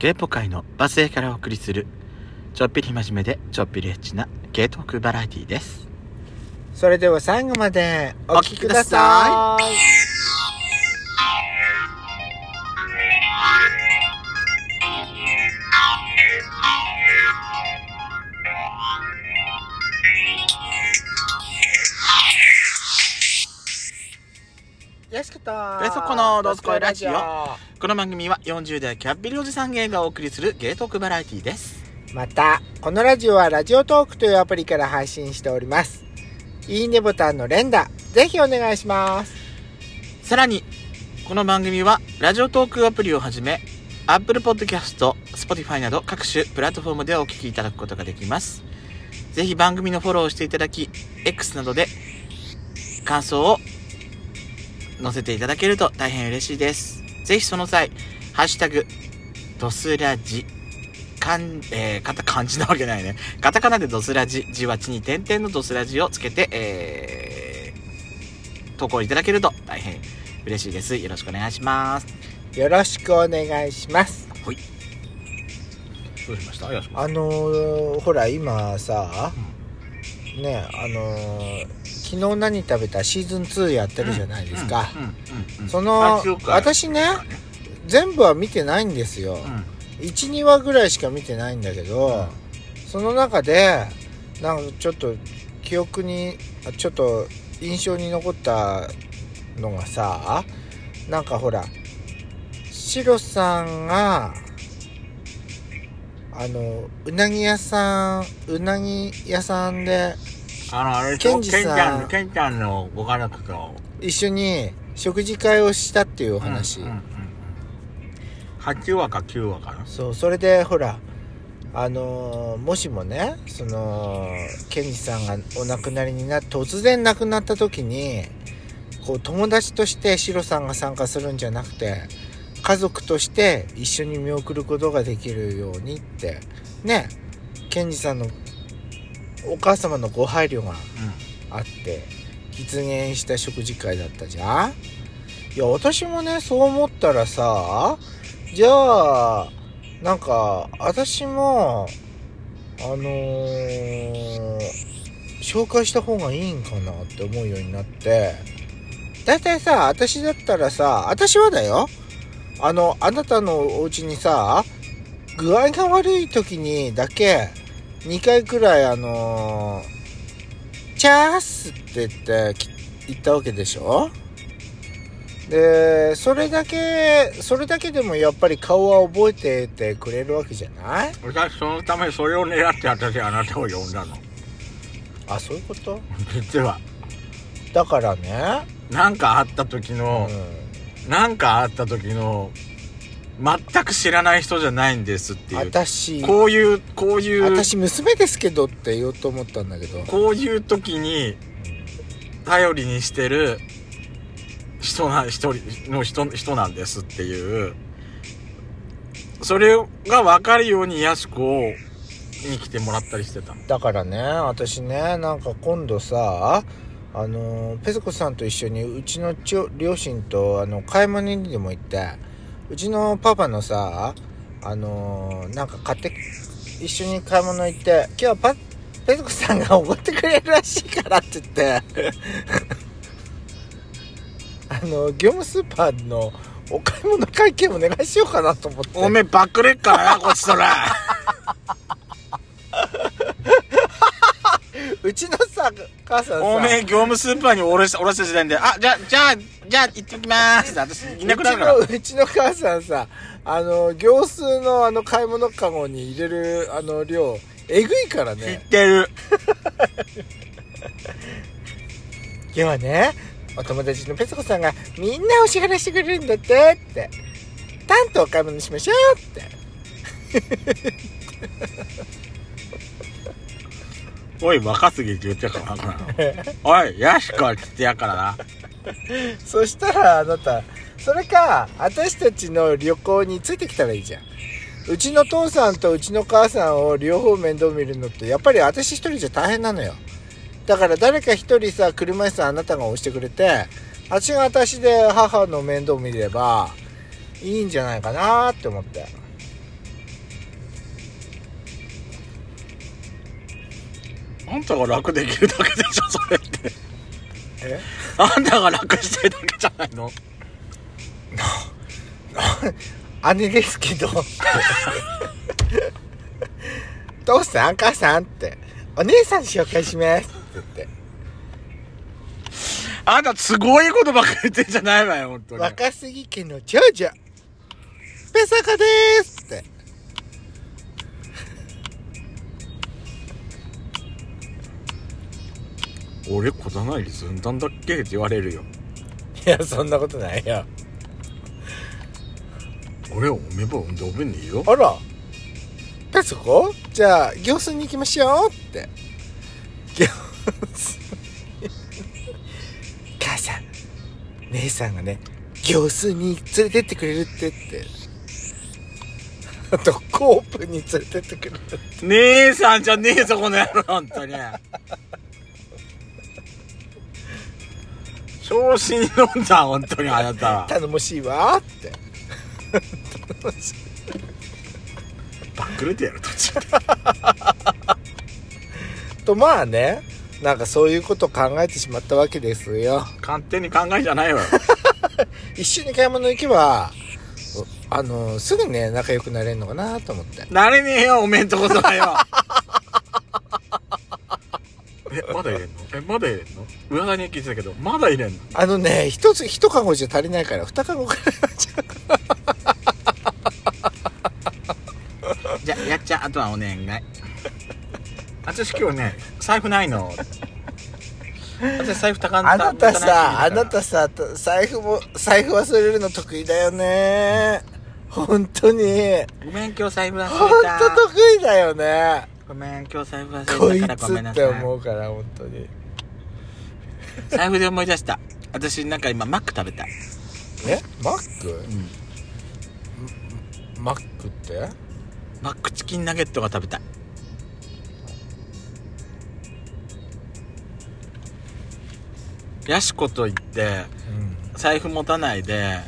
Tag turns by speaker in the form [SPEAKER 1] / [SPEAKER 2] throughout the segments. [SPEAKER 1] ゲイポ界のバスへからお送りするちょっぴり真面目でちょっぴりエッチなゲイトークバラエティです
[SPEAKER 2] それでは最後までお聞きくだ
[SPEAKER 1] お
[SPEAKER 2] さい。やすこと。
[SPEAKER 1] やすこのどすこいラジオこの番組は40代キャッピリおじさんゲイがお送りするゲイトークバラエティです
[SPEAKER 2] またこのラジオはラジオトークというアプリから配信しておりますいいねボタンの連打ぜひお願いします
[SPEAKER 1] さらにこの番組はラジオトークアプリをはじめ Apple Podcast、Spotify など各種プラットフォームでお聞きいただくことができますぜひ番組のフォローをしていただき X などで感想を載せていただけると大変嬉しいですぜひその際「ハッシュタグドスラジ」かんえー、かた漢字なわけないねカタカナでドスラジじわちに点々のドスラジをつけてえー、投稿いただけると大変嬉しいですよろしくお願いします
[SPEAKER 2] よろしくお願いします
[SPEAKER 1] どうしましたよし
[SPEAKER 2] あのー、ほら今さねあのー昨日何食べたシーズン2やってるじゃないですか、
[SPEAKER 1] うんうんうんうん
[SPEAKER 2] その
[SPEAKER 1] あそうか
[SPEAKER 2] 私ね全部は見てないんですよ、
[SPEAKER 1] うん
[SPEAKER 2] 12話ぐらいしか見てないんだけど、その中でなんかちょっと記憶にあちょっと印象に残ったのがさなんかほらシロさんがあのうなぎ屋さんうなぎ屋さんで
[SPEAKER 1] あのあれでし
[SPEAKER 2] ケ
[SPEAKER 1] ょ
[SPEAKER 2] ン
[SPEAKER 1] ケ
[SPEAKER 2] ジ
[SPEAKER 1] ン
[SPEAKER 2] さん
[SPEAKER 1] ちゃんのケンちゃんのご家族と
[SPEAKER 2] 一緒に食事会をしたっていうお話、
[SPEAKER 1] うんうんうん8話か9話かな
[SPEAKER 2] そうそれでほらあのーもしもねそのケンジさんがお亡くなりにな突然亡くなった時にこう友達としてシロさんが参加するんじゃなくて家族として一緒に見送ることができるようにってねケンジさんのお母様のご配慮があって実現した食事会だったじゃんいや私もねそう思ったらさじゃあなんか私もあのー紹介した方がいいんかなって思うようになってだいたいさ私だったらさ私はだよあのあなたのお家にさ具合が悪い時にだけ2回くらいあのーチャースって言ってき言ったわけでしょでそれだけそれだけでもやっぱり顔は覚えててくれるわけじゃない
[SPEAKER 1] うん私そのためそれを狙って私あなたを呼んだの
[SPEAKER 2] あそういうこと
[SPEAKER 1] 実は
[SPEAKER 2] だからね、
[SPEAKER 1] なんかあった時の、
[SPEAKER 2] う
[SPEAKER 1] なんかあった時の全く知らない人じゃないんですって
[SPEAKER 2] ん、
[SPEAKER 1] いう
[SPEAKER 2] 私
[SPEAKER 1] こういうこういう
[SPEAKER 2] 私娘ですけどって言おうと思ったんだけど
[SPEAKER 1] こういう時に頼りにしてる人な一人の人人なんですっていうそれが分かるようにやす子に来てもらったりしてたの
[SPEAKER 2] だからね私ねなんか今度さあのペソコさんと一緒にうちのちょ両親とあの買い物にでも行ってうちのパパのさあのなんか買って一緒に買い物行って今日はパペソコさんがおごってくれるらしいからって言って あの業務スーパーのお買い物会計お願いしようかなと思って
[SPEAKER 1] おめえバックレっ からなこっちそれ
[SPEAKER 2] うちのさ母さんさ
[SPEAKER 1] おめえ業務スーパーにおろしおろした時点で「あじゃあじゃあじゃあ行ってき ます」私いなくなるから
[SPEAKER 2] うちのうちの母さんさあの行数のあの買い物カゴに入れるあの量えぐいから
[SPEAKER 1] 言っ
[SPEAKER 2] ね
[SPEAKER 1] てる
[SPEAKER 2] 今日はねお友達のペツコさんがみんなお支払いしてくれるんだってって担当お買い物しましょうって
[SPEAKER 1] おい若杉って言ってやからなこれおいやしこって言ってやからな
[SPEAKER 2] そしたらあなたそれか私たちの旅行についてきたらいいじゃんうちの父さんとうちの母さんを両方面倒見るのってやっぱり私一人じゃ大変なのよだから誰か一人さ車椅子あなたが押してくれて私が私で母の面倒見ればいいんじゃないかなって思って
[SPEAKER 1] あんたが楽できるだけでしょそれって
[SPEAKER 2] え
[SPEAKER 1] あんたが楽してるだけじゃないの
[SPEAKER 2] 姉ですけど父さん母さんってお姉さん紹介しますって
[SPEAKER 1] あんたすごいことばっかり言ってんじゃないわよ本当
[SPEAKER 2] 言って
[SPEAKER 1] に
[SPEAKER 2] 若杉家の長女ペサカでーすって
[SPEAKER 1] 俺こだないりずんだんだっけって言われるよ
[SPEAKER 2] いやそんなことないよ
[SPEAKER 1] 俺おめば産んでおべんねえよ
[SPEAKER 2] あらペソコじゃあ行水に行きましょうって行水母さん姉さんがね行水に連れてってくれるってってあとコープに連れてってくれる
[SPEAKER 1] 姉さんじゃねえぞこの野郎本当に調子に飲んだ本当にあなた
[SPEAKER 2] 頼もしいわって
[SPEAKER 1] バックレてやる途中
[SPEAKER 2] とまあねなんかそういうことを考えてしまったわけですよ
[SPEAKER 1] 勝手に考えじゃないわよ
[SPEAKER 2] 一緒に買い物行けばおあのすぐね仲良くなれるのかなと思って
[SPEAKER 1] なれねえよおめんとこそだよえまだ入れんのえまだ入れんの噂には聞いてたけどまだ入れんの
[SPEAKER 2] あのね、一つ、一カゴじゃ足りないから、二カゴからいじゃ
[SPEAKER 1] じゃやっちゃんあとはお願い私今日ね財布ないの私財布高ん
[SPEAKER 2] あなた
[SPEAKER 1] 高んだ
[SPEAKER 2] さ、あなたさ、た財布も、財布忘れるの得意だよね。本当に。
[SPEAKER 1] ごめん今日財布忘れ
[SPEAKER 2] 本
[SPEAKER 1] た
[SPEAKER 2] 当得意だよね。
[SPEAKER 1] ごめん今日財布忘
[SPEAKER 2] こ
[SPEAKER 1] れ
[SPEAKER 2] い
[SPEAKER 1] たからご
[SPEAKER 2] つ
[SPEAKER 1] めんな
[SPEAKER 2] っ
[SPEAKER 1] さ
[SPEAKER 2] て
[SPEAKER 1] い
[SPEAKER 2] 思うから、本当に。
[SPEAKER 1] 財布で思い出した私なんか今マック食べたい、
[SPEAKER 2] えマックマックって
[SPEAKER 1] マックチキンナゲットが食べたいヤシコと言って
[SPEAKER 2] うん。
[SPEAKER 1] 財布持たないで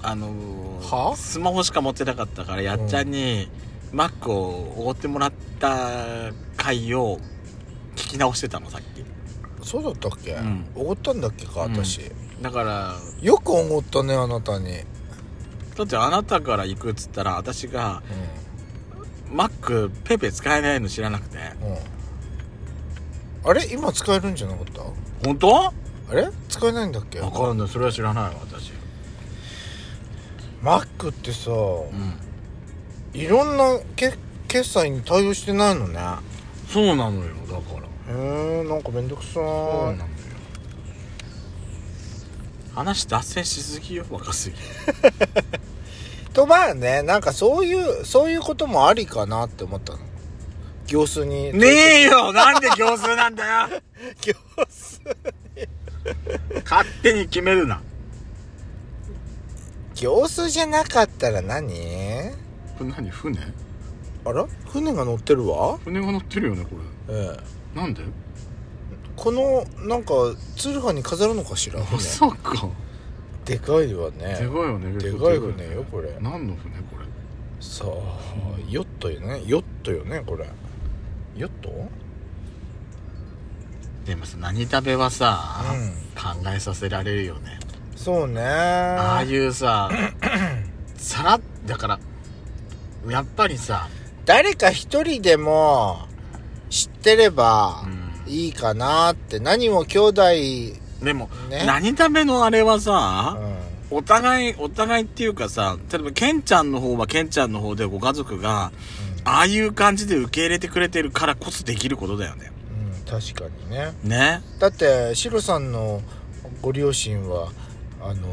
[SPEAKER 2] うん。
[SPEAKER 1] あのー
[SPEAKER 2] は
[SPEAKER 1] スマホしか持ってなかったからやっちゃんにマックをおごってもらった回を聞き直してたのさっき
[SPEAKER 2] そうだったっけ
[SPEAKER 1] うん
[SPEAKER 2] おごったんだっけか、
[SPEAKER 1] うん
[SPEAKER 2] 私。
[SPEAKER 1] だから
[SPEAKER 2] よくおごったね、あなたに。
[SPEAKER 1] だってあなたから行くっつったら私がマックペイペイ使えないの知らなくて
[SPEAKER 2] うん。うん。あれ今使えるんじゃなかった
[SPEAKER 1] 本当
[SPEAKER 2] あれ使えないんだっけ
[SPEAKER 1] 分かんないそれは知らないわ私
[SPEAKER 2] マックってさ、
[SPEAKER 1] うん
[SPEAKER 2] いろんなけ決済に対応してないのね
[SPEAKER 1] そうなのよだから
[SPEAKER 2] へえんかめんどくさ
[SPEAKER 1] そうな
[SPEAKER 2] ー
[SPEAKER 1] の
[SPEAKER 2] い
[SPEAKER 1] よ話脱線しすぎよ若すぎ
[SPEAKER 2] とまあねなんかそういうそういうこともありかなって思ったの行数に
[SPEAKER 1] ねえよなんで行数なんだよ
[SPEAKER 2] 行数
[SPEAKER 1] 勝手に決めるな
[SPEAKER 2] 行数じゃなかったら何
[SPEAKER 1] これ何船
[SPEAKER 2] あら船が乗ってるわ
[SPEAKER 1] 船が乗ってるよねこ
[SPEAKER 2] ええ
[SPEAKER 1] れなんで
[SPEAKER 2] このなんかツルハに飾るのかしら
[SPEAKER 1] ま
[SPEAKER 2] 船
[SPEAKER 1] さか
[SPEAKER 2] でかいわ
[SPEAKER 1] で
[SPEAKER 2] ね
[SPEAKER 1] かいよね
[SPEAKER 2] で
[SPEAKER 1] 結構
[SPEAKER 2] かいよねよこれ
[SPEAKER 1] 何の船これ
[SPEAKER 2] さあヨットよねヨットよねこれヨット
[SPEAKER 1] でもさ何食べはさ、考
[SPEAKER 2] う
[SPEAKER 1] えさせられるよね
[SPEAKER 2] そうね
[SPEAKER 1] あ
[SPEAKER 2] あ
[SPEAKER 1] あいう ささらっだからやっぱりさ、
[SPEAKER 2] 誰か一人でも知ってれば
[SPEAKER 1] うん
[SPEAKER 2] いいかなって何も兄弟
[SPEAKER 1] でも、
[SPEAKER 2] ね
[SPEAKER 1] 何食べのあれはさ、
[SPEAKER 2] う
[SPEAKER 1] お互い、お互いっていうかさ、例えば、ケンちゃんの方はケンちゃんの方でご家族が、ああいう感じで受け入れてくれてるからこそできることだよね。
[SPEAKER 2] ん、うん、確かにね
[SPEAKER 1] ね。
[SPEAKER 2] だってシロさんのご両親はあの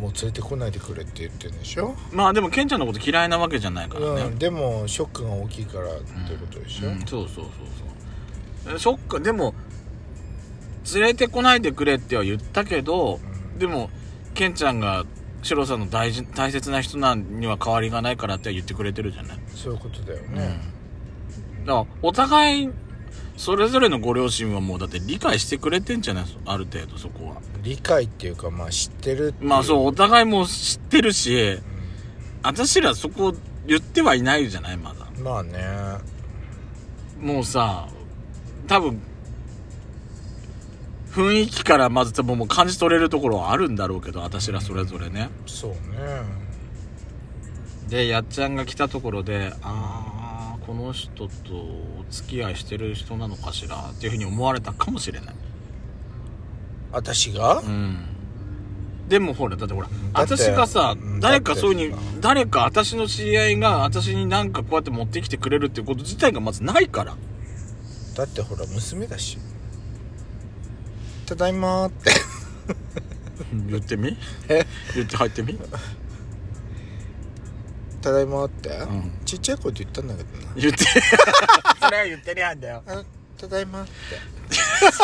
[SPEAKER 2] もう連れてこないでくれって言ってるんでしょ、
[SPEAKER 1] まあでも、ケンちゃんのこと嫌いなわけじゃないから
[SPEAKER 2] う
[SPEAKER 1] ね
[SPEAKER 2] ん、。でもショックが大きいからってことでしょ、
[SPEAKER 1] うんそうそうそうそう。えそっか、でも、連れてこないでくれっては言ったけど、
[SPEAKER 2] うん
[SPEAKER 1] でも、ケンちゃんが、シロさんの大事、大切な人なんには変わりがないからっては言ってくれてるじゃない。
[SPEAKER 2] そういうことだよ
[SPEAKER 1] ね
[SPEAKER 2] ね、
[SPEAKER 1] だからお互いそれぞれのご両親はもうだって理解してくれてんじゃないある程度そこは
[SPEAKER 2] 理解っていうかまあ知ってるってい
[SPEAKER 1] まあそうお互いもう知ってるし
[SPEAKER 2] う
[SPEAKER 1] 私らそこ言ってはいないじゃないまだ
[SPEAKER 2] ん、まあね
[SPEAKER 1] もうさ多分、雰囲気からまず多分もう感じ取れるところはあるんだろうけど、私らそれぞれね。
[SPEAKER 2] そうね
[SPEAKER 1] で、やっちゃんが来たところで、あー、この人とお付き合いしてる人なのかしらっていうふうに思われたかもしれない。
[SPEAKER 2] 私が
[SPEAKER 1] うん。でもほら、だってほら、
[SPEAKER 2] だって
[SPEAKER 1] 私がさ
[SPEAKER 2] うん、
[SPEAKER 1] 誰かそういうふうに
[SPEAKER 2] だってさ、
[SPEAKER 1] 誰か私の知り合いが私になんかこうやって持ってきてくれるっていうこと自体がまずないから。
[SPEAKER 2] だってほら娘だし「ただいま」って
[SPEAKER 1] 言ってみ
[SPEAKER 2] え
[SPEAKER 1] 言って入ってみ
[SPEAKER 2] 「ただいま」って、
[SPEAKER 1] ん
[SPEAKER 2] ちっちゃい声で言ったんだけどな
[SPEAKER 1] 言って。 それは言ってねえんだよ。
[SPEAKER 2] あ「ただいま」って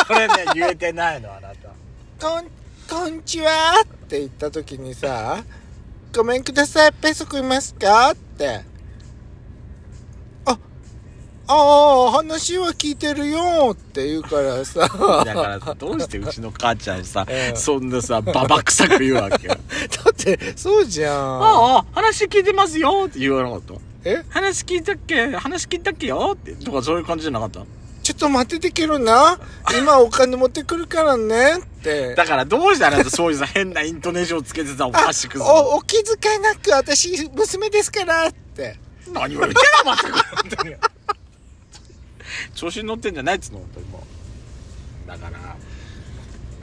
[SPEAKER 1] それね、言えてないの、あなた。
[SPEAKER 2] 「こんこんちは」って言った時にさ「ごめんくださいペソくいますか?」ってあ「ああ話は聞いてるよ」って言うからさ
[SPEAKER 1] だからさ、どうしてうちの母ちゃんさ
[SPEAKER 2] う、ん
[SPEAKER 1] そんなさ、ババ臭く言うわけよ。
[SPEAKER 2] だってそうじゃん
[SPEAKER 1] ああ、話聞いてますよって言わなかった。
[SPEAKER 2] え
[SPEAKER 1] 話聞いたっけ話聞いたっけよって。とかそういう感じじゃなかった
[SPEAKER 2] ちょっと待っててけろな今お金持ってくるからねって
[SPEAKER 1] だからどうしてあなたそういうさ、変なイントネーションつけてさ、おかしくさ。
[SPEAKER 2] おお気遣いなく私娘ですからって
[SPEAKER 1] 何を言ってんだ、まったく。本当に調子に乗ってんじゃないっつうの、本当にもう。だから、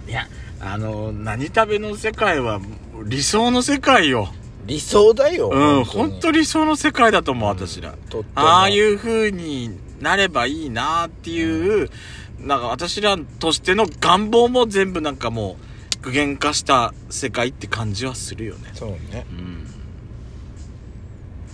[SPEAKER 1] いや、あの、何食べの世界は、理想の世界よ。
[SPEAKER 2] 理想だよ
[SPEAKER 1] うん、本当理想の世界だと思う、私ら。ああいうう風になればいいなっていう、なんか私らとしての願望も全部なんかもう具現化した世界って感じはするよね。
[SPEAKER 2] そうね
[SPEAKER 1] うん。